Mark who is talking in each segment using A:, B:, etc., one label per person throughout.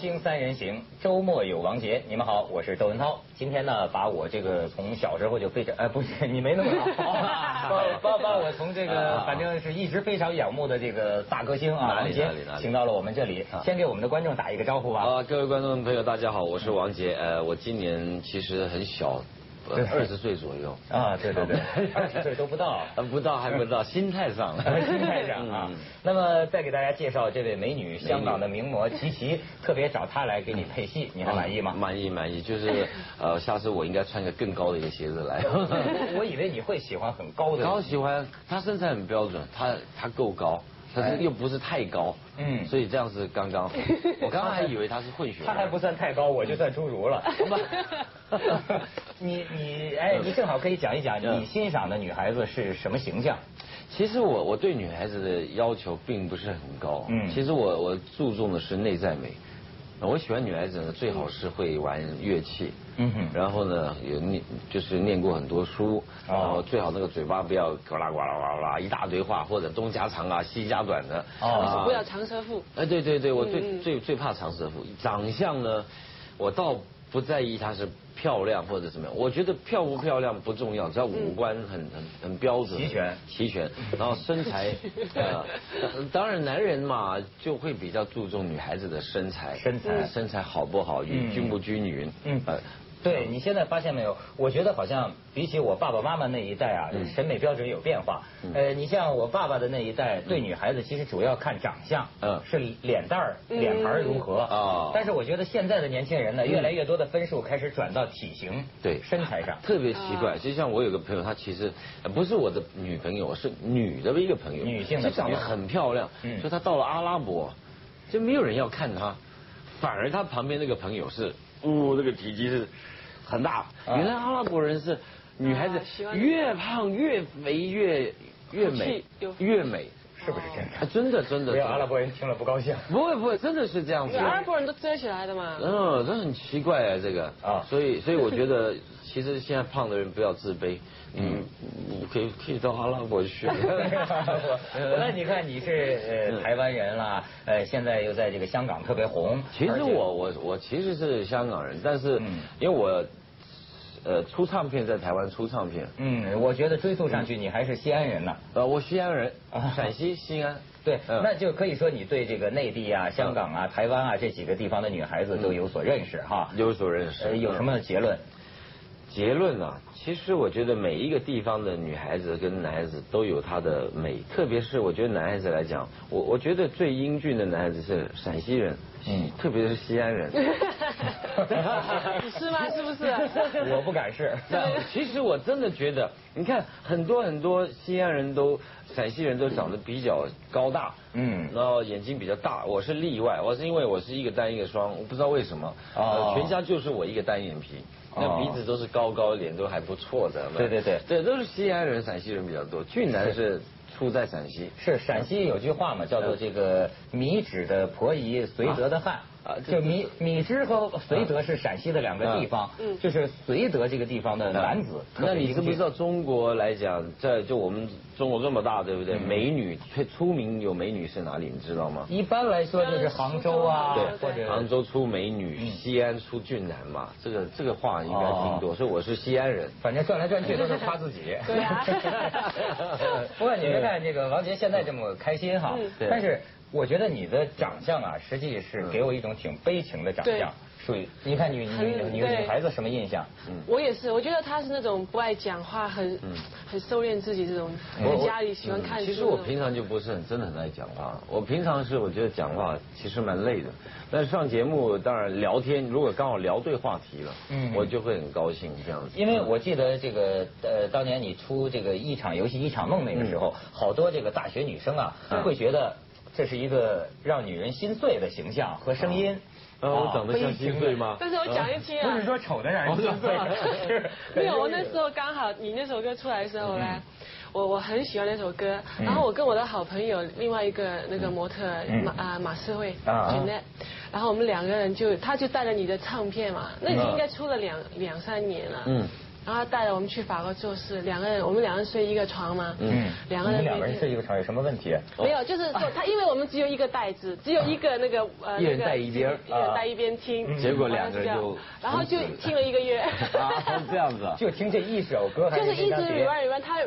A: 星三人行，周末有王杰。你们好，我是周文涛。今天呢，把我这个从小时候就非常……呃，不 是，你没那么 老，把把把我从这个反正是一直非常仰慕的这个大歌星啊，
B: 啊哪
A: 王
B: 里
A: 杰
B: 哪里哪，里
A: 请到了我们这里
B: 啊，
A: 先给我们的观众打一个招呼吧。
B: 啊，各位观众朋友，大家好，我是王杰。呃，我今年其实很小，呃
A: 对
B: 二十岁左右，
A: 啊，对 对对，二十岁都不到。
B: 呃，不到还不到，心态上，
A: 心态上啊
B: 嗯，
A: 那么再给大家介绍这位美女，香港的名模齐琪，特别找她来给你配戏，你还满意吗？
B: 满意满意，就是呃，下次我应该穿个更高的一个鞋子 来。
A: 我以为你会喜欢很高的
B: 嗯高喜欢他身材很标准，他他够高，但
A: 哎
B: 是又不是太高，
A: 嗯
B: 嗯，所以这样是刚 刚好。我刚刚还以为他是混血儿，
A: 他还不算太高，我就算侏儒了。 你你哎，你正好可以讲一讲
B: 嗯
A: 你欣赏的女孩子是什么形象？
B: 其实我我对女孩子的要求并不是很高，
A: 嗯
B: 其实我我注重的是内在美。我喜欢女孩子呢，最好是会玩乐器，
A: 嗯哼
B: 然后呢有念就是念过很多书，
A: 哦
B: 然后最好那个嘴巴不要呱啦呱啦呱啦呱啦一大堆话，或者东家长啊西家短的，
A: 哦
B: 啊
C: 不要长舌妇。
B: 哎，对对对，我最、
C: 嗯嗯
B: 最最怕长舌妇。长相呢，我倒不在意她是漂亮或者怎么样，我觉得漂不漂亮不重要，只要
C: 嗯
B: 五官很、很很标准、
A: 齐全
B: 齐 全，然后身 材，呃，当然男人嘛就会比较注重女孩子的身材，
A: 身材
B: 呃身材好不好，
A: 嗯
B: 均不均匀，
A: 嗯
B: 呃，
A: 对你现在发现没有？我觉得好像比起我爸爸妈妈那一代啊，
B: 嗯
A: 审美标准有变化。呃，你像我爸爸的那一代，对女孩子其实主要看长相，
B: 嗯
A: 是脸蛋儿、脸盘儿如何
B: 哦
A: 但是我觉得现在的年轻人呢，越来越多的分数开始转到体型、
B: 对
A: 身材 上。
B: 特别奇怪，就像我有个朋友，她其实呃不是我的女朋友，是女的一个朋友，
A: 女性的
B: 就
A: 朋
B: 长
A: 友
B: 得很漂亮，
A: 嗯
B: 所以她到了阿拉伯，就没有人要看她，反而她旁边那个朋友是，哦，那个体积是很大，
A: 啊
B: 原来阿拉伯人是女孩子
C: 啊喜欢那个
B: 越胖越肥越越美
C: 有气有
B: 越美，
A: 是不是真
B: 啊真的真的，
A: 的？没有阿拉
B: 真的
A: 伯人听了不高兴。
B: 不会不会，真的是这样子
C: 对，。哦阿拉伯人都遮起来的嘛。
B: 嗯，这很奇怪啊，这个
A: 啊
B: 所以所以我觉得， 其实现在胖的人不要自卑，嗯，你可以可以到阿拉伯去。
A: 那你看你是
B: 嗯
A: 呃台湾人啦，呃现在又在这个香港特别红。
B: 其
A: 而
B: 实
A: 且
B: 我我我其实是香港人，但是
A: 嗯
B: 因为我呃出唱片在台湾出唱片，
A: 嗯，我觉得追溯上去你还是西安人呢。
B: 呃，我西 安人
A: 啊，
B: 陕西西安。
A: 对，
B: 嗯
A: 那就可以说你对这个内地啊、香港啊、台湾啊这几个地方的女孩子
B: 嗯
A: 都有所认识哈。
B: 有所认
A: 呃
B: 识。
A: 有什么结 论？
B: 结论啊，其实我觉得每一个地方的女孩子跟男孩子都有她的美，特别是我觉得男孩子来讲，我我觉得最英俊的男孩子是陕西人，
A: 嗯
B: 特别是西安人。
C: 你是吗？是不啊是？
A: 我不敢是。
B: 那其实我真的觉得，你看很多很多西安人都、陕西人都长得比较高大，
A: 嗯
B: 然后眼睛比较大，我是例外，我是因为我是一个单一个双，我不知道为什么，
A: 哦
B: 呃，全家就是我一个单眼皮，那
A: 哦
B: 鼻子都是高高，脸都还不错的，
A: 对对对
B: 对，都是西安人、陕西人比较多，俊男是出在陕 西。
A: 是陕西有句话嘛，叫做这个米脂的婆姨，绥德的汉。
B: 啊啊
A: 就米米脂和绥德是陕西的两个地方，
C: 嗯
A: 就是绥德这个地方的男子。
B: 那你知不知道中国来讲，在就我们中国这么大，对不对？
A: 嗯
B: 美女最出名有美女是哪里？你知道吗？
A: 一般来说就是杭州啊，
C: 对
A: 或者
B: 杭州出美
A: 嗯
B: 女，西安出俊男嘛，这个这个话应该
A: 哦
B: 听多，所以我是西安人。
A: 反正转来转去都是夸自己。
C: 对啊
A: 不过你别看这个王杰现在这么开心哈
C: 嗯，
B: 对
A: 但是我觉得你的长相啊，实际是给我一种挺悲情的长相
C: 对。
A: 属于你看女女
C: 很
A: 女
C: 对
A: 女孩子什么印象？
B: 嗯
C: 我也是，我觉得他是那种不爱讲话，很很收敛自己这种，
B: 我
C: 在家里喜欢看
B: 嗯
C: 书。
B: 其实我平常就不是很真的很爱讲话，我平常是我觉得讲话其实蛮累的，但是上节目当然聊天，如果刚好聊对话题了，
A: 嗯
B: 我就会很高兴这样子。
A: 因为我记得这个呃，当年你出这个一场游戏一场梦那个时候，好多这个大学女生啊，会觉得这是一个让女人心碎的形象和声音。
B: 呃，我长得像
A: 悲情的
B: 心碎吗？
C: 但是我讲一听
A: 不
C: 啊
A: 是，说丑的让人心碎， 是
C: 没有，我那时候刚好你那首歌出来的时候呢，我我很喜欢那首歌，然后我跟我的好朋友另外一个那个模特
A: 嗯
C: 马啊马思慧
A: 啊啊
C: Jeanette，然后我们两个人就他就带了你的唱片嘛，那已经应该出了两两三年了，
B: 嗯
C: 嗯，然后带着我们去法国做事，两个人我们两个人睡一个床嘛，
A: 嗯，
C: 两个
A: 你
C: 人
A: 们两个人
C: 每天
A: 睡一个床有什么问题？啊
C: 没有，就是说他，因为我们只有一个袋子，只有一个那个呃，
B: 一人
C: 那个
B: 带一边儿
C: 一人带一边听，
B: 结果两个人
C: 然后
B: 就
C: 这样然后就听了一个月，
B: 啊，这样子 啊，
A: 就听这一首歌，还
C: 就是一
A: 这
C: 直
A: 张碟
C: run run，他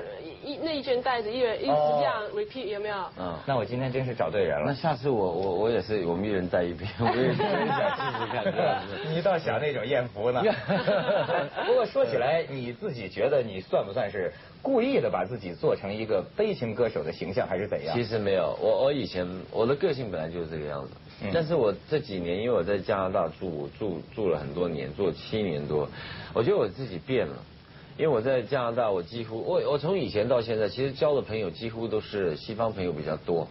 C: 一那一卷袋子一人一直这样
B: 哦
C: repeat 有没有？
B: 嗯。
A: 那我今天真是找对人
B: 那
A: 了。
B: 下次我我我也是，我们一人带一边，我也我也想试试看这样子。
A: 你倒想那种艳福呢。不过说起来，你自己觉得你算不算是故意的把自己做成一个悲情歌手的形象，还是怎样
B: 其？实没有，我我以前我的个性本来就是这个样子，
A: 嗯
B: 但是我这几年因为我在加拿大住住住了很多年，住了七年多，我觉得我自己变了。因为我在加拿大，我几乎我我从以前到现在，其实交的朋友几乎都是西方朋友比较多，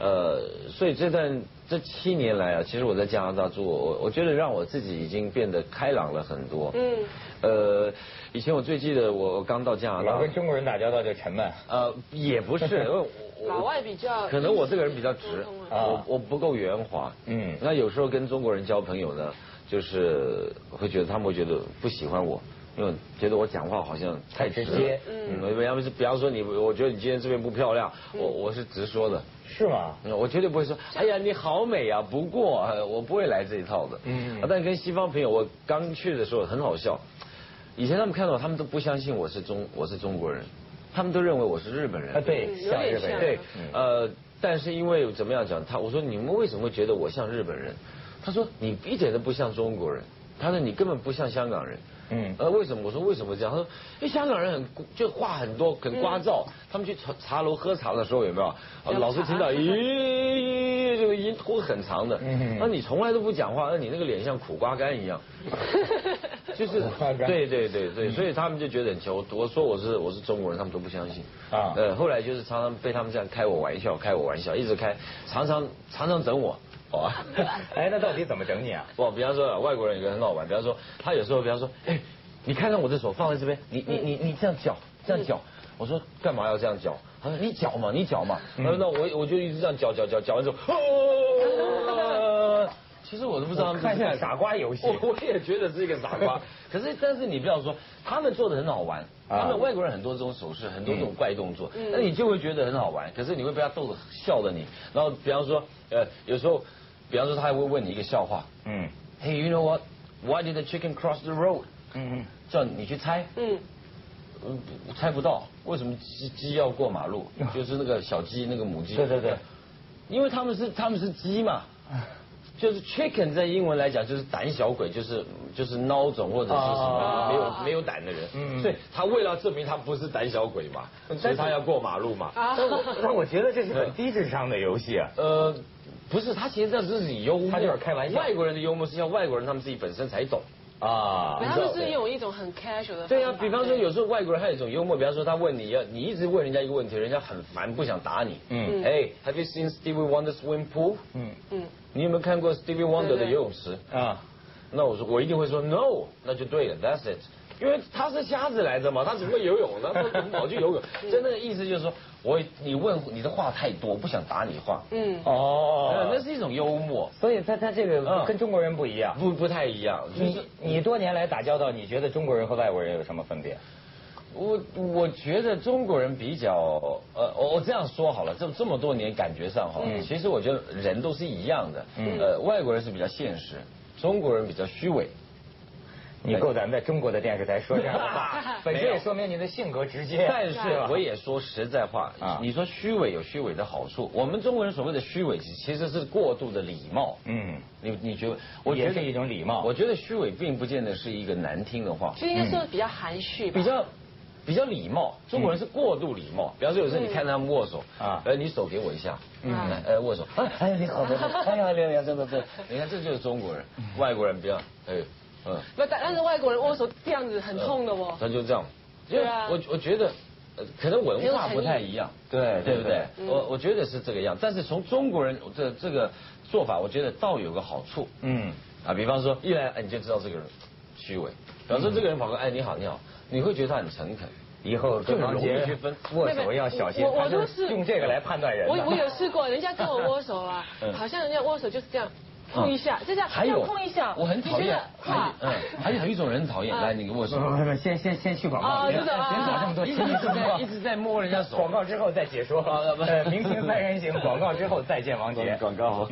B: 呃，所以这段这七年来啊，其实我在加拿大住，我我觉得让我自己已经变得开朗了很多。
C: 嗯，
B: 呃，以前我最记得我我刚到加拿
A: 啊老
B: 大
A: 跟，中国人打交道就沉闷。
B: 呃，也不是，因为我我
C: 老外比较
B: 可能我这个人比较直
C: 沟通，啊
B: 我我不够圆滑。
A: 嗯
B: 那有时候跟中国人交朋友呢，就是会觉得他们会觉得不喜欢我，因为觉得我讲话好像太直
A: 太直接
B: 嗯，要么是比方说你，我觉得你今天这边不漂亮，我我是直说的。
A: 是吗？
B: 嗯我绝对不会说，哎呀，你好美啊！不过呃我不会来这一套的。
A: 嗯
B: 嗯，但跟西方朋友，我刚去的时候很好笑。以前他们看到我，他们都不相信我是中我是中国人，他们都认为我是日本人。
A: 啊，对，
C: 嗯有
A: 像
C: 点
A: 日本人。
C: 像
B: 对
A: 嗯，
B: 呃，但是因为怎么样讲，他我说你们为什么会觉得我像日本人？他说你一点都不像中国人，他说你根本不像香港人。
A: 嗯
B: 呃，为什么？我说为什么这样？他说，因为香港人很就话很多，很聒噪。
A: 嗯
B: 他们去茶茶楼喝茶的时候，有没有？呃
C: 聊
B: 老是
C: 茶
B: 听到咦，这个音拖很长的。
A: 嗯
B: 那你从来都不讲话，那你那个脸像苦瓜干一 样。就是
A: 苦瓜干嗯
B: 对对对对，所以他们就觉得很奇怪。我我说我是我是中国人，他们都不相信。
A: 啊
B: 呃，后来就是常常被他们这样开我玩笑，开我玩笑，一直开，常常常常整我。哦，
A: 哎，那到底怎么整你啊？
B: 我比方说外国人有个很好玩，比方说他有时候比方说，哎，你看看我的手放在这边，你你你你这样搅这样搅，我说干嘛要这样搅？他说你搅嘛你搅嘛，他说那我我就一直这样搅搅搅搅完 之后，
A: 呃
B: 哦，其实我都不知道他们
A: 看
B: 是
A: 像
B: 干
A: 傻瓜游戏。
B: 我我也觉得是一个傻 瓜，可是但是你不要说，他们做的很好玩，
A: 啊
B: 他们外国人很多这种手势，很多这种怪动作，那你就会觉得很好玩，可是你会被他逗得笑的你。然后比方说，呃，有时候，比方说他还会问你一个笑话
A: 嗯
B: ，Hey, you know what? Why did the chicken cross the road？
A: 嗯嗯，
B: 叫你去猜，
C: 嗯，
B: 嗯，猜不到，为什么鸡鸡要过马路？就是那个小鸡，那个母鸡。
A: 对对对，
B: 因为他们是他们是鸡嘛，就是 chicken 在英文来讲就是胆小鬼，就是就是孬种或者是什么
A: 哦
B: 没有没有胆的人。
A: 嗯
B: 所以他为了证明他不是胆小鬼嘛，所以他要过马路嘛。
C: 啊，
A: 那我觉得这是很低智商的游戏啊。
B: 呃，不是，他其实这是以幽默，
A: 他就是开玩笑
B: 外国人的幽默是像外国人他们自己本身才懂。
A: 啊
C: 然后就是用一种很 casual 的方法，
B: 对啊，比方说有时候外国人还有一种幽默，比方说他问你要，你一直问人家一个问题，人家很烦，不想答你。
A: 嗯
B: 嗯。哎，Have you seen Stevie Wonder's swimming pool？
A: 嗯
C: 嗯，
B: 你有没有看过 Stevie Wonder
C: 对
B: 的
C: 对
B: 游泳池？
A: 啊，
B: 那我说我一定会说 No，那就对了，That's it。因为他是瞎子来着嘛，他只会游泳，那他怎么跑去游泳？真的意思就是说，我你问你的话太多，我不想答你话。
C: 嗯，
B: 呃
A: 哦，
B: 那是一种幽默，
A: 所以他他这个
B: 嗯
A: 跟中国人不一样。
B: 不不太一样。就是
A: 你你多年来打交道，你觉得中国人和外国人有什么分别？
B: 我我觉得中国人比较呃，我我这样说好了，这这么多年感觉上哈，
A: 嗯
B: 其实我觉得人都是一样的，
A: 嗯
B: 呃，外国人是比较现实，中国人比较虚伪。，
A: 你够胆在中国的电视台说这样的话 本身
B: 没
A: 也
B: 有
A: 说明你的性格直接。
B: 但是
A: 吧
B: 我也说实在话
A: 啊，
B: 你说虚伪有虚伪的好处，我们中国人所谓的虚伪其实是过度的礼貌。
A: 嗯，
B: 你你觉得？我觉
A: 也
B: 得
A: 是一种礼貌
B: 我觉得虚伪并不见得是一个难听的话。
C: 就应该说比较含蓄吧，
B: 嗯比较比较礼貌，中国人是过度礼貌。比方说，有时候你看他们握手
A: 啊
B: 啊，呃，你手给我一下，
C: 嗯
B: 嗯，呃，握手，哎哎呀，你好，你好，哎呀，你好，真的对，你看这就是中国人，外国人比较，哎，嗯，
C: 不，但但是外国人握手这样子很痛的哦，
B: 他就这样，因为
C: 对啊
B: 我我觉得。呃可能文化不太一样，
A: 对
B: 对不对？
C: 嗯
B: 我我觉得是这个样，但是从中国人这这个做法，我觉得倒有个好处，
A: 嗯，
B: 啊，比方说一来哎你就知道这个人虚伪，比方说这个人跑过来哎你好你好，你会觉得他很诚恳，
A: 以后
B: 这
A: 跟
B: 个
A: 王
B: 容易
A: 杰
B: 区分
A: 握手要小心
C: 我，我
A: 他就
C: 都是
A: 用这个来判断人的。
C: 我我有试过，人家跟我握手啊
B: 嗯，啊
C: 好像人家握手就是这样，碰一下，就这样，
B: 还
C: 这
B: 有
C: 样碰一下，
B: 我很讨
C: 你觉
B: 厌
C: 得，
B: 还有
C: 哇
B: 嗯，还有一种人很讨厌，
C: 啊
B: 来你给我 说
A: 不。不不，先先先去广告，
C: 哦
A: 别
C: 真的啊
A: 别搞这么多
B: 一
A: 亲
B: 直
A: 密动
B: 在
A: 作
B: 一。直在摸人家手。
A: 广告之后再解说。
B: 好的
A: 呃，明星三人行，广告之后再见，王杰。
B: 广告。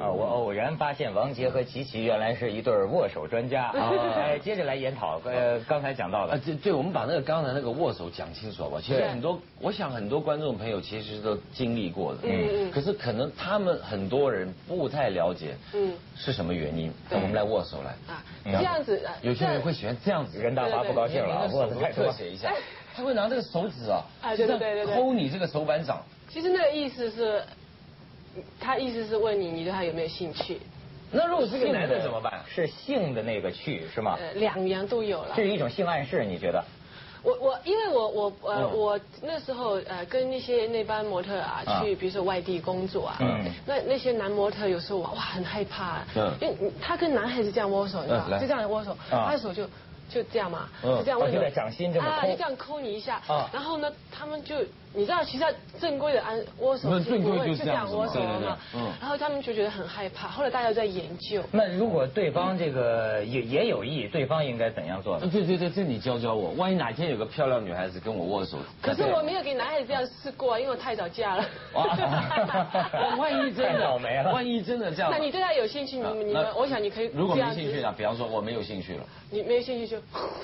A: 啊，我偶然发现王杰和齐琪原来是一对儿握手专家。
B: 哦
A: 哎，接着来研讨，呃，刚才讲到
B: 啊
A: 的，，
B: 对对，我们把那个刚才那个握手讲清楚好不好？其实
C: 对
B: 很多，我想很多观众朋友其实都经历过的，
C: 嗯
B: 嗯
C: 嗯，
B: 可是可能他们很多人不太了解，
C: 嗯
B: 嗯，是什么原因？
C: 对
B: 我们来握手来，
C: 啊，这样子，啊
B: 嗯有些人会
C: 这样
B: 喜欢这样子，
A: 人大发不高兴了啊，握
B: 握
A: 的
B: 手
A: 太多
B: 特。写一 下，他会拿这个手指啊，
C: 哎对对对对对
B: 抠你这个手板掌，
C: 其实那个意思是，他意思是问你，你对他有没有兴趣？
B: 那如果是个男的怎么办？
A: 是性的那个去是吗？
C: 呃，两样都有了
A: 这。是一种性暗示，你觉得？
C: 我我因为我我呃、
B: 嗯
C: 我那时候呃跟那些那班模特啊
A: 啊
C: 去比如说外地工作啊，
A: 嗯
C: 那那些男模特有时候哇哇很害怕，
B: 嗯
C: 因为他跟男孩子这样握手，你知道
B: 嗯
C: 吗
B: 来
C: 就这样握手，
A: 啊
C: 他的手就。就这样嘛，
B: 嗯
C: 就这样握
A: 哦
C: 手，
A: 就在掌心这么
C: 啊
A: 抠
C: 就这样抠你一下
A: 啊，
C: 然后呢，他们就你知道，其实正规的安握手
B: 那
C: 是
B: 正
C: 不
B: 规
C: 会
B: 就
C: 就是这
B: 这
C: 样
B: 样子嘛
C: 握手了
B: 对对
C: 嘛
B: 对，嗯
C: 然后他们就觉得很害怕，后来大家在研究，
A: 那如果对方这个也也有意，对方应该怎样做呢？
B: 对对对，这你教教我，万一哪天有个漂亮女孩子跟我握手，
C: 可是我没有给男孩子这样试过，啊因为我太早嫁了。
B: 哇，万一真
A: 太
B: 的
A: 倒霉了
B: 万一真的这样，
C: 那你对他有兴趣，你们你
B: 啊那
C: 们，我想你可以
B: 如果
C: 这
B: 没啊
C: 样子
B: 兴趣，呢？比方说我没有兴趣了，
C: 你没有兴趣就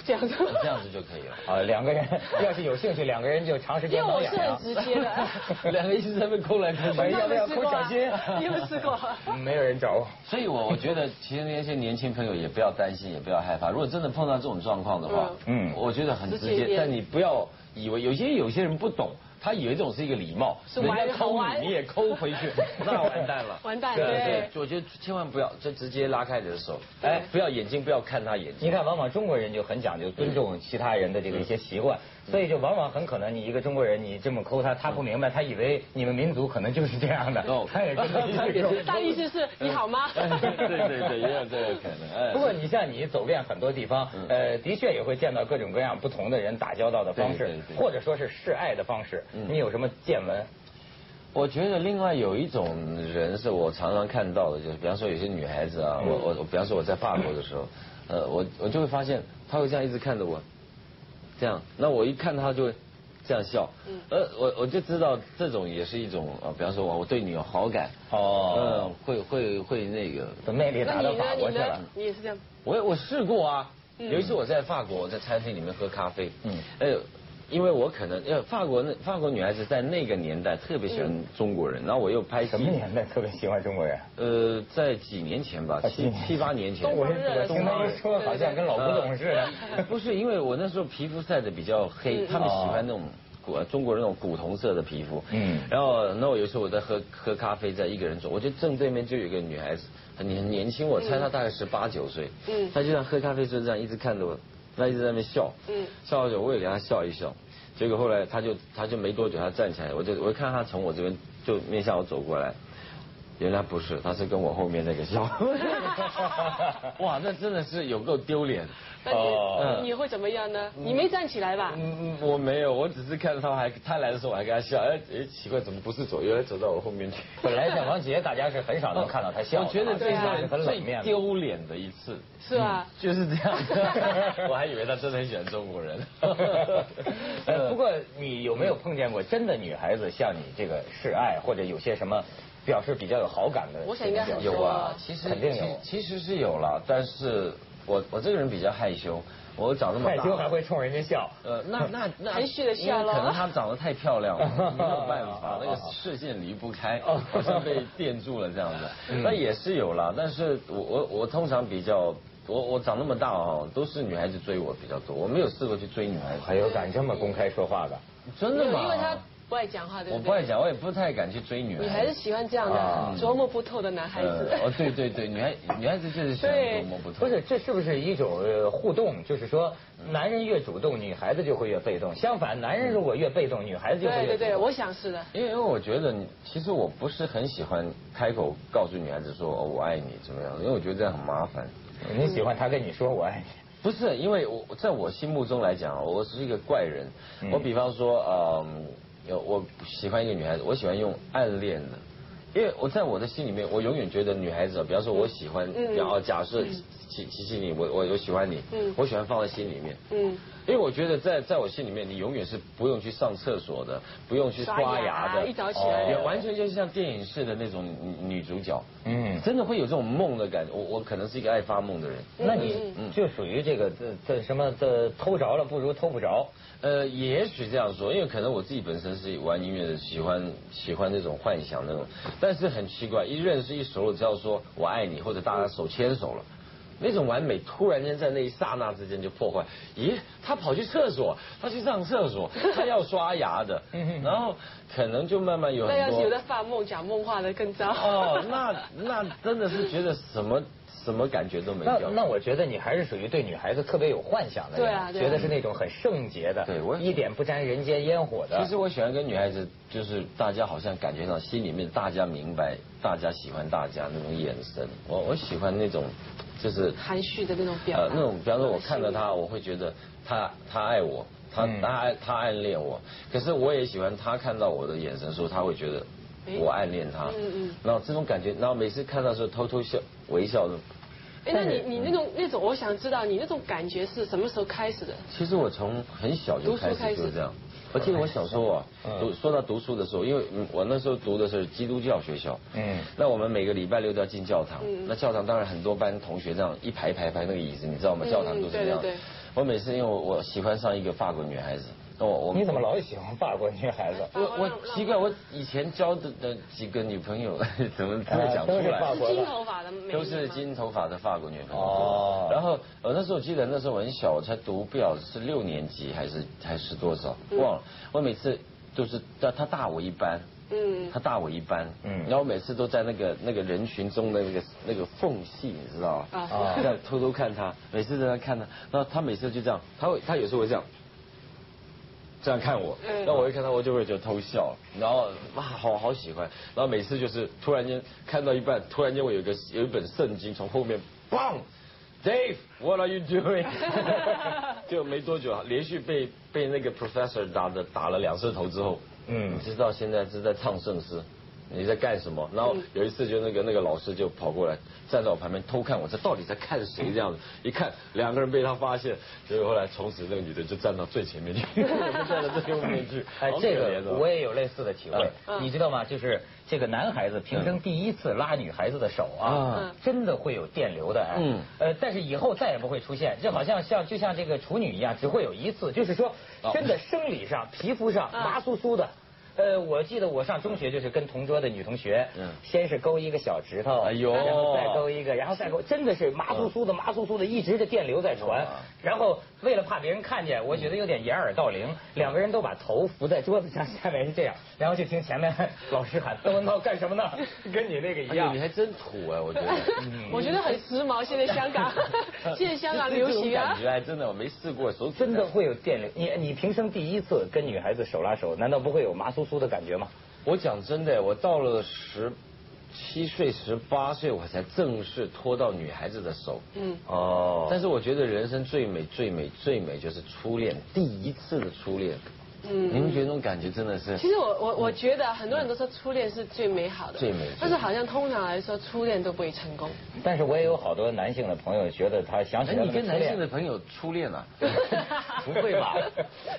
C: 这样子。
B: 这样子就可以 了。
A: 啊，两个人要是有兴趣，两个人就长时
C: 因
A: 间啊
C: 为
A: 挠痒
C: 我是很
A: 痒。
C: 直接的，
B: 两个一直在那边抠来抠
A: 哎
B: 去，
A: 呀
C: 那我试
A: 要不要抠
C: 过啊
A: 脚心
C: 你有没有试 过？
A: 嗯没有人找我。
B: 所以我我觉得，其实那些年轻朋友也不要担心，也不要害怕。如果真的碰到这种状况的话，
A: 嗯
B: 嗯，我觉得很直
C: 直接一
B: 接
C: 点，
B: 但你不要以为有些有些人不懂，他以为这种是一个礼貌，
C: 是
B: 人
C: 玩
B: 家
C: 好
B: 抠
C: 玩
B: 你，你也抠回 去，那完蛋了。
C: 完蛋，
B: 对
C: 对
B: 对，，我觉得千万不要，就直接拉开你的手，
C: 对
B: 哎，不要眼睛，不要看他眼睛。
A: 你看，往往中国人就很讲究尊重其他人的这个一些习惯，所以就往往很可能你一个中国人，你这么抠他，他不明白，他以为你们民族可能就是这样的
B: 哦，
A: 他也跟 着
B: 他
A: 一
B: 也
A: 起抠
B: 是
C: 大意思是你好吗？
B: 哎 对对对，也有这个可能。哎
A: 不过你像你走遍很多地方，
B: 嗯
A: 呃，的确也会见到各种各样不同的人打交道的方
B: 对
A: 式
B: 对，对嗯
A: 或者说是示爱的方式。你有什么见闻？
B: 我觉得另外有一种人是我常常看到的，就是比方说有些女孩子啊，
A: 嗯
B: 我我我，比方说我在法国的时候，呃，我我就会发现她会这样一直看着我，这样，那我一看她就会这样笑，
A: 嗯
B: 呃，我我就知道这种也是一种呃，比方说我我对你有好感，
A: 哦
B: 呃，会会会那个，
A: 怎么嗯魅力
C: 那
A: 打
C: 你
A: 到
C: 呢
A: 法？
B: 嗯
C: 你
A: 国去
C: 呢
A: 了？？
C: 你也是这样，
B: 我我试过啊，有一次我在法国，我在餐厅里面喝咖啡，
A: 嗯
B: 嗯，哎，因为我可能，因为法国那法国女孩子在那个年代特别喜欢中国人，然后我又拍戏
A: 嗯什么，年代特别喜欢中国人？
B: 呃，在几年前吧
A: 啊，几
B: 七
A: 年
B: 七八年前，
C: 中国人
A: 我听他们说，好像跟老古董似的。
B: 呃不是因为我那时候皮肤晒得比较黑，他们喜欢那种古中国人那种古铜色的皮肤。
A: 哦嗯
B: 嗯，然后那我有时候我在喝喝咖啡，在一个人走，我就正对面就有一个女孩子，很很年轻，我猜她大概十八九岁。
C: 嗯
B: 嗯，她就这样喝咖啡就这样一直看着我，她一直在那边笑。
C: 嗯
B: 嗯，笑着我也给她笑一笑。结果后来她就她就没多久，她站起来，我就我看她从我这边就面向我走过来，原来不是，她是跟我后面那个笑。 哇，那真的是有够丢脸。
C: 那你、
A: 哦
C: 你会怎么样呢？你没站起来吧？
B: 嗯，我没有，我只是看他还他来的时候我还跟他笑，哎，哎奇怪，怎么不是左，原来走到我后面去。
A: 本来像王杰，大家是很少能看到他笑的啊。
B: 我觉得这
C: 对
B: 是
C: 啊
B: 让
A: 是
B: 人
A: 很冷
B: 最
A: 面 的。。
B: 丢脸的一次，
C: 是吧？
B: 就是这样。 我还以为他真的很喜欢中国人
A: 呃，不过你有没有碰见过真的女孩子向你这个示爱，或者有些什么表示比较有好感的？
C: 我想应该很
B: 有啊，
C: 说
B: 其实
A: 肯定有
B: 其其实是有啦，但是我我这个人比较害羞，我长这么
A: 害
B: 大
A: 羞还会冲人家笑。
B: 呃，那那那
C: 含蓄地笑
B: 因
C: 咯
B: 为可能她长得太漂亮了， 没有办法，那个视线离不开，
A: 哦
B: 好像被垫住了这样子。
A: 嗯
B: 那也是有啦，但是我我我通常比较，我我长那么大哦，都是女孩子追我比较多，我没有试过去追女孩
A: 还
B: 子，
A: 有哎敢这么公开说话的？
B: 嗯真的吗？
C: 因为他不爱讲话，对
B: 我
C: 不
B: 不爱
C: 对？
B: 讲，我也不太敢去追女
C: 你
B: 孩
C: 还是
B: 子。
C: 喜欢这样的、
B: 啊
C: 琢磨不透的男孩子。
B: 哦，对对对，女孩女孩子就是喜欢
C: 对
B: 琢磨不透。
A: 不是，这是不是一种呃互动？就是说，男人越主动，女孩子就会越被动；相反，男人如果越被动，女
B: 嗯
A: 孩子就会
C: 对
A: 越
C: 对
A: 主
C: 对，
A: 动。
C: 我想是的。
B: 因为因为我觉得你，其实我不是很喜欢开口告诉女孩子说、哦、我爱你怎么样，因为我觉得这样很麻烦。
A: 你喜欢他跟你说我爱你，
B: 不是，因为我在我心目中来讲，啊我是一个怪人。
C: 嗯
B: 我比方说，呃，有我喜欢一个女孩子，我喜欢用暗恋的。因为我在我的心里面，我永远觉得女孩子，比方说我喜欢，
C: 嗯
B: 然后假设琪琪琪你，我我我喜欢你，
C: 嗯
B: 我喜欢放在心里面，
C: 嗯
B: 因为我觉得在在我心里面，你永远是不用去上厕所的，不用去
C: 刷
B: 刷
C: 牙
B: 牙的，
C: 一早起来
B: 也完全就是像电影式的那种女女主角，
A: 嗯，
B: 真的会有这种梦的感觉。我我可能是一个爱发梦的人，
C: 嗯
A: 那你就属于这个这这什么这偷着了不如偷不着，
B: 呃，也许这样说，因为可能我自己本身是玩音乐的，喜欢喜欢那种幻想那种，但是很奇怪，一认识一熟了，只要说我爱你，或者大家手牵手了。那种完美突然间在那一刹那之间就破坏，咦，他跑去厕所，他去上厕所，他要刷 牙的，然后可能就慢慢有很
C: 那
B: 多。
C: 要是有在发梦、讲梦话的更糟。
B: 哦，那那真的是觉得什么什么感觉都没
A: 那
B: 有。
A: 那我觉得你还是属于对女孩子特别有幻想的人，
C: 对啊对啊
A: 觉得是那种很圣洁的，
B: 对我
A: 一点不沾人间烟火的。
B: 其实我喜欢跟女孩子，就是大家好像感觉到心里面大家明白，大家喜欢大家那种眼神。我我喜欢那种，就是
C: 含蓄的那种表达哎
B: 呃那种，比方说我看到她，我会觉得她她爱我，她
A: 嗯
B: 她爱她暗恋我。可是我也喜欢她看到我的眼神的时候，她会觉得
C: 诶
B: 我暗恋她。
C: 嗯嗯
B: 然后这种感觉，然后每次看到的时候偷偷笑微笑的。
C: 哎，那你你
B: 嗯
C: 那种那种，我想知道你那种感觉是什么时候开始的？
B: 其实我从很小就开始就是这样。我记得我小时候啊，读说到读书的时候，因为嗯我那时候读的是基督教学校，
A: 嗯
B: 嗯，那我们每个礼拜六都要进教堂，
C: 嗯
B: 那教堂当然很多班同学这样一排一排排那个椅子，你知道吗？
C: 嗯
B: 教堂都是这样
C: 对对对。
B: 我每次因为我我喜欢上一个法国女孩子，那我我
A: 你怎么老喜欢法国女孩子？
B: 我我奇怪，我以前交的的几个女朋友 怎么这么讲出
A: 啊都是法
B: 来？
A: 国
C: 是金头发的美女吗
B: 都是，金头发的法国女朋友。
A: 哦
B: 然后呃那时候我记得那时候我很小，我才读不了是六年级还是还是多少忘了。我每次都是她她大我一班。
C: 嗯，
B: 她大我一班，
A: 嗯
B: 然后我每次都在那个那个人群中的那个那个缝隙，你知道吗？
C: 啊
A: 啊
B: 这样偷偷看她，每次都在看她，然后她每次就这样，她会她有时候会这样，这样看我
C: 嗯，
B: 那我一看到我就会觉得偷笑，然后哇，好好喜欢，然后每次就是突然间看到一半，突然间我有一个有一本圣经从后面砰，Dave，what are you doing？就没多久，连续被被那个 professor 打的打了两次头之后，
A: 嗯
B: 嗯，你知道现在是在唱圣诗。你在干什么？然后有一次就那个那个老师就跑过来站在我旁边偷看我，这到底在看谁这样子？一看两个人被他发现，结果后来从此那个女的就站到最前面 去，我就站到最后面去。
A: 哎
B: 好，可
A: 这
B: 怜
A: 个
B: 哦
A: 我也有类似的体会
B: 嗯，
C: 嗯
A: 你知道吗？就是这个男孩子平生第一次拉女孩子的手啊
B: 啊，
A: 真的会有电流的哎
B: 嗯，
A: 呃，但是以后再也不会出现，就好像像就像这个处女一样，只会有一次，就是说
B: 哦
A: 真的生理上、皮肤上
C: 嗯
A: 麻酥酥的。呃，我记得我上中学就是跟同桌的女同学
B: 嗯，
A: 先是勾一个小指头，
B: 哎呦嗯
A: 然后再勾一个，然后再勾，真的是麻酥酥的、麻酥酥的，一直的电流在传
B: 哇。
A: 然后为了怕别人看见，我觉得有点掩耳盗铃，两个人都把头伏在桌子上，下面是这样，然后就听前面 老师喊邓文涛干什么呢？跟你那个一
B: 哎呦
A: 样
B: 你。还真土哎，我觉得。
C: 我觉得很时髦。现在 香港，现在 香港流行
B: 这种
C: 啊
B: 感。觉还真的我没试过，手指
A: 真的会有电流，你你平生第一次跟女孩子手拉手，难道不会有麻酥酥的感觉吗？
B: 我讲真的，我到了十七岁、十八岁，我才正式拖到女孩子的手。
C: 嗯，
A: 哦
B: 但是我觉得人生最美、最美、最美就是初恋，第一次的初恋。嗯，你们觉得那种感觉真的是
C: 其实我我我觉得很多人都说初恋是最美好的，
B: 最美最美
C: 但是好像通常来说初恋都不会成功。
A: 但是我也有好多男性的朋友觉得他想起
B: 哎，
A: 来
B: 你跟
A: 初恋
B: 男性的朋友初恋啊？ 不会吧？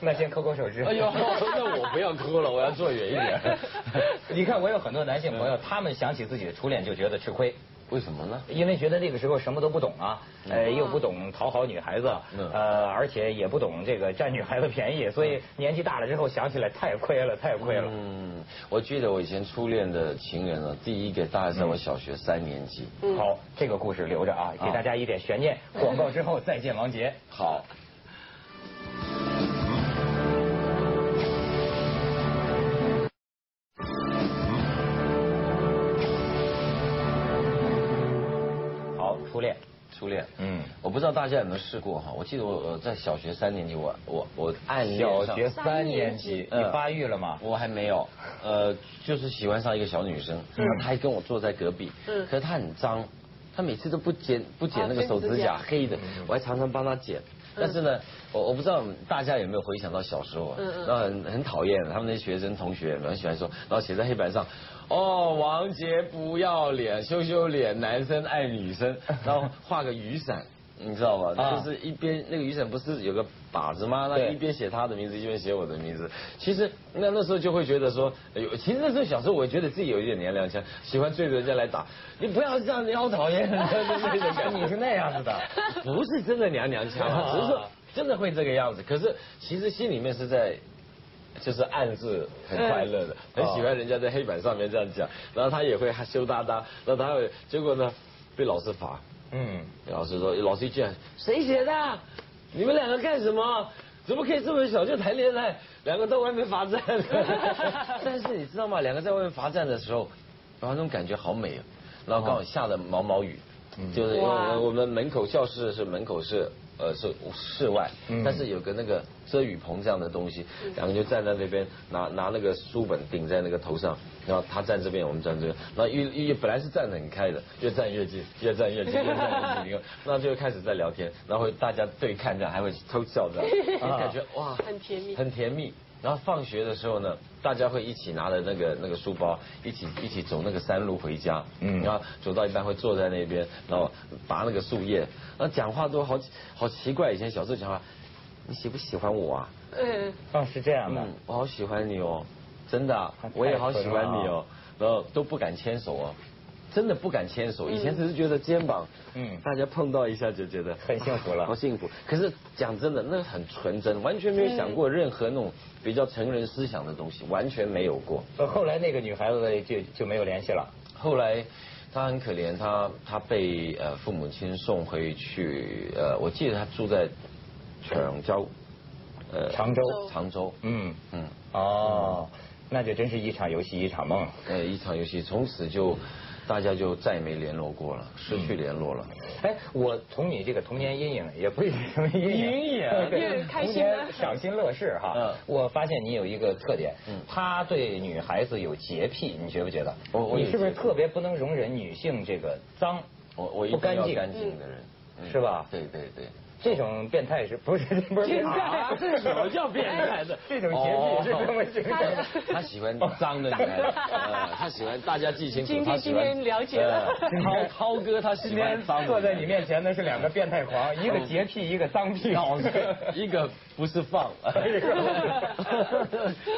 A: 那先抠抠手指。
B: 哎呦，那我不要哭了，我要坐远一点。
A: 你看，我有很多男性朋友，他们想起自己的初恋就觉得吃亏，
B: 为什么呢？
A: 因为觉得那个时候什么都不懂啊，呃，又不懂讨好女孩子，
B: 嗯
A: 呃，而且也不懂这个占女孩子便宜，所以年纪大了之后想起来太亏了，太亏了。
B: 嗯，我记得我以前初恋的情人啊，第一个大概在我小学三年级。
A: 好，这个故事留着啊，给大家一点悬念。广告之后再见，王杰。
B: 好。
A: 好，初恋，
B: 初恋，
A: 嗯
B: 嗯，我不知道大家有没有试过哈。我记得我我呃在小学三年级，我我我暗恋
A: 小
B: 上
A: 学三年级，你
B: 嗯
A: 发育了吗？
B: 我还没有，呃，就是喜欢上一个小女生，然后她还跟我坐在隔壁，
C: 嗯
B: 可是她很脏，他每次都不剪不剪那个手指甲黑的，我还常常帮他剪。但是呢，我我不知道大家有没有回想到小时候啊，那很很讨厌他们那些学生同学，很喜欢说，然后写在黑板上，哦，王杰不要脸，羞羞脸，男生爱女生，然后画个雨伞。你知道吗？
A: 啊
B: 就是一边那个雨伞不是有个把子吗？那
A: 对
B: 一边写他的名字，一边写我的名字。其实那那时候就会觉得说，哎呦，其实那时候小时候我觉得自己有一点娘娘腔，喜欢追着人家来打。你不要这样，你好讨厌， 那种感觉
A: 你是那样子的，
B: 不是真的娘娘腔啊，只是说真的会这个样子。可是其实心里面是在。就是暗自很快乐的，很喜欢人家在黑板上面这样讲，然后他也会羞答答，然后他会，结果呢被老师罚，
A: 嗯，
B: 老师说，老师一进来，谁写的？你们两个干什么？怎么可以这么小就谈恋爱？两个在外面罚站。但是你知道吗？两个在外面罚站的时候，然后那种感觉好美啊。然后刚好下了毛毛雨，就是因为我
C: 哇
B: 们我们门口教室是门口是呃是室外，
A: 嗯
B: 但是有个那个遮雨棚这样的东西，两个就站在那边拿拿那个书本顶在那个头上，然后他站这边，我们站这边，然后越越本来是站得很开的，越站越近，越站越近，越站越近，那就开始在聊天，然后大家对看这样，还会偷笑这样，
A: 啊
B: 感觉 哇，
C: 很甜蜜
B: 很甜蜜。然后放学的时候呢，大家会一起拿着那个那个书包，一起一起走那个山路回家。
A: 嗯
B: 嗯，然后走到一半会坐在那边，然后拔那个树叶，然后讲话都好好奇怪。以前小时候讲话，你喜不喜欢我啊？
C: 嗯，
A: 哦，是这样的
B: 嗯，，我好喜欢你哦，真的啊
A: 太，
B: 我也好喜欢你
A: 太纯了啊
B: 哦。然后都不敢牵手哦，真的不敢牵手。以前只是觉得肩膀，
A: 嗯
B: 嗯，大家碰到一下就觉得
A: 很幸福了
B: 啊好幸福。可是讲真的，那很纯真，完全没有想过任何那种比较成人思想的东西，完全没有过。
A: 呃后来那个女孩子就就没有联系了。
B: 后来他很可怜，他他被呃父母亲送回去，呃，我记得他住在长洲，呃
A: 常州
B: 常州，
A: 嗯，
B: 嗯，
A: 哦，那就真是一场游戏一场梦。
B: 呃，一场游戏，从此就大家就再也没联络过了，失去联络了。
A: 哎，我从你这个童年阴影，也不是什么阴影，
B: 阴影
A: 对
C: 越开心
A: 童年
C: 了
A: 赏心乐事哈。
B: 嗯
A: 我发现你有一个特点，
B: 嗯
A: 他对女孩子有洁癖，你觉不觉得？
B: 我我有
A: 你是不是
B: 洁癖
A: 特别不能容忍女性这个脏？
B: 我我一
A: 不
B: 定
A: 干
B: 要
A: 净
B: 干净的人，嗯
A: 是吧
B: 对对对。
A: 这种变态是不是不是变
B: 啊
A: 态？
B: 这什么叫变态的
A: 这种
B: 哦
A: 洁癖是 这么形成的。
B: 他喜欢脏的女孩子，呃他喜欢大家记清楚。
C: 今天
B: 他喜欢
C: 今天了解了
B: 呃涛涛哥他喜
A: 今
B: 欢
A: 天
B: 脏的女孩子哦
A: 坐在你面前的是两个变态狂，一个洁癖，一个脏癖。
B: 一个不是放，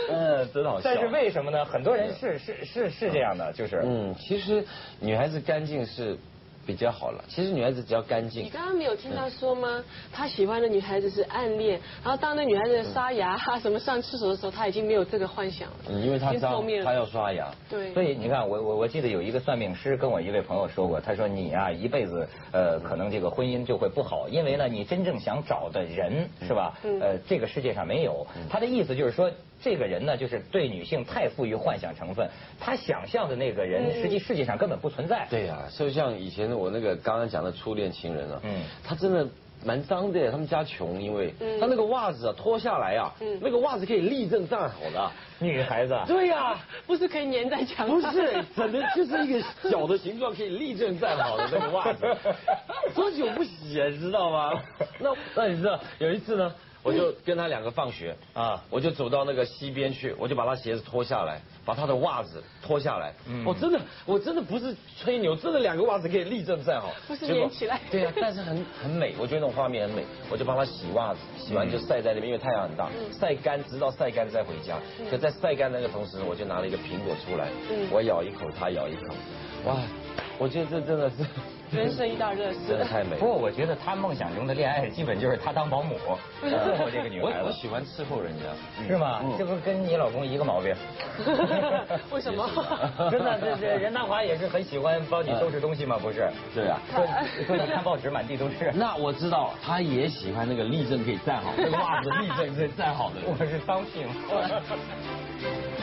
B: 嗯，真好笑。
A: 但是为什么呢？很多人是是是是这样的，就是
B: 嗯，其实女孩子干净是比较好了。其实女孩子只要干
C: 你
B: 净，
C: 刚刚没有听他说吗？他喜欢的女孩子是暗恋，然后当那女孩子
B: 嗯
C: 刷牙、啊什么上厕所的时候，他已经没有这个幻想了，
B: 嗯因为她
C: 已经破
B: 脏
C: 灭，了
B: 她要刷牙。
C: 对，
A: 所以你看，我我我记得有一个算命师跟我一位朋友说过，他说你啊一辈子呃可能这个婚姻就会不好，因为呢你真正想找的人是吧？
C: 嗯
A: 呃，这个世界上没有。
B: 嗯
A: 他的意思就是说，这个人呢就是对女性太富于幻想成分，他想象的那个人
C: 嗯
A: 实际世界上根本不存在。
B: 对呀、就像以前我那个刚刚讲的初恋情人啊，
A: 嗯
B: 嗯，他真的蛮脏的耶，他们家穷，因为
C: 嗯
B: 他那个袜子啊脱下来啊，
C: 嗯
B: 那个袜子可以立正站好的啊，
A: 女孩子啊，
B: 对呀、
C: 不是可以粘在墙
B: 不
C: 上，
B: 是，整的就是一个脚的形状可以立正站好的那个袜 子，多久不洗啊，知道吗？那那你知道有一次呢，我就跟他两个放学
A: 啊
B: 啊，我就走到那个溪边去，我就把他鞋子脱下来，把他的袜子脱下来，我真的我真的不是吹牛，真的两个袜子可以立正站好，
C: 不是
B: 结果
C: 连起来
B: 对啊，但是很很美，我觉得那种画面很美，我就帮他洗袜子，洗完就晒在那边，因为太阳很大，
C: 嗯
B: 晒干直到晒干再回家。可在晒干那个同时，我就拿了一个苹果出来
C: 嗯，
B: 我咬一口，他咬一口，哇，我觉得这真的是
C: 人生一大乐事。
B: 真的太美
A: 不过
B: 了。
A: 我觉得他梦想中的恋爱基本就是他当保姆 伺候这个女
B: 我
A: 孩
B: 我嗯
A: 子，
B: 喜欢伺候人家，
A: 是吗？这不是跟你老公一个毛病？
C: 为什么？
B: 啊
A: 真的，这这任达华也是很喜欢帮你收拾东西嘛，不是？
B: 对啊。
A: 说说你看报纸满地都 是，
B: 那我知道，他也喜欢那个立正可以站好，那个袜子立正可以站好的人。
A: 我是脏屁股。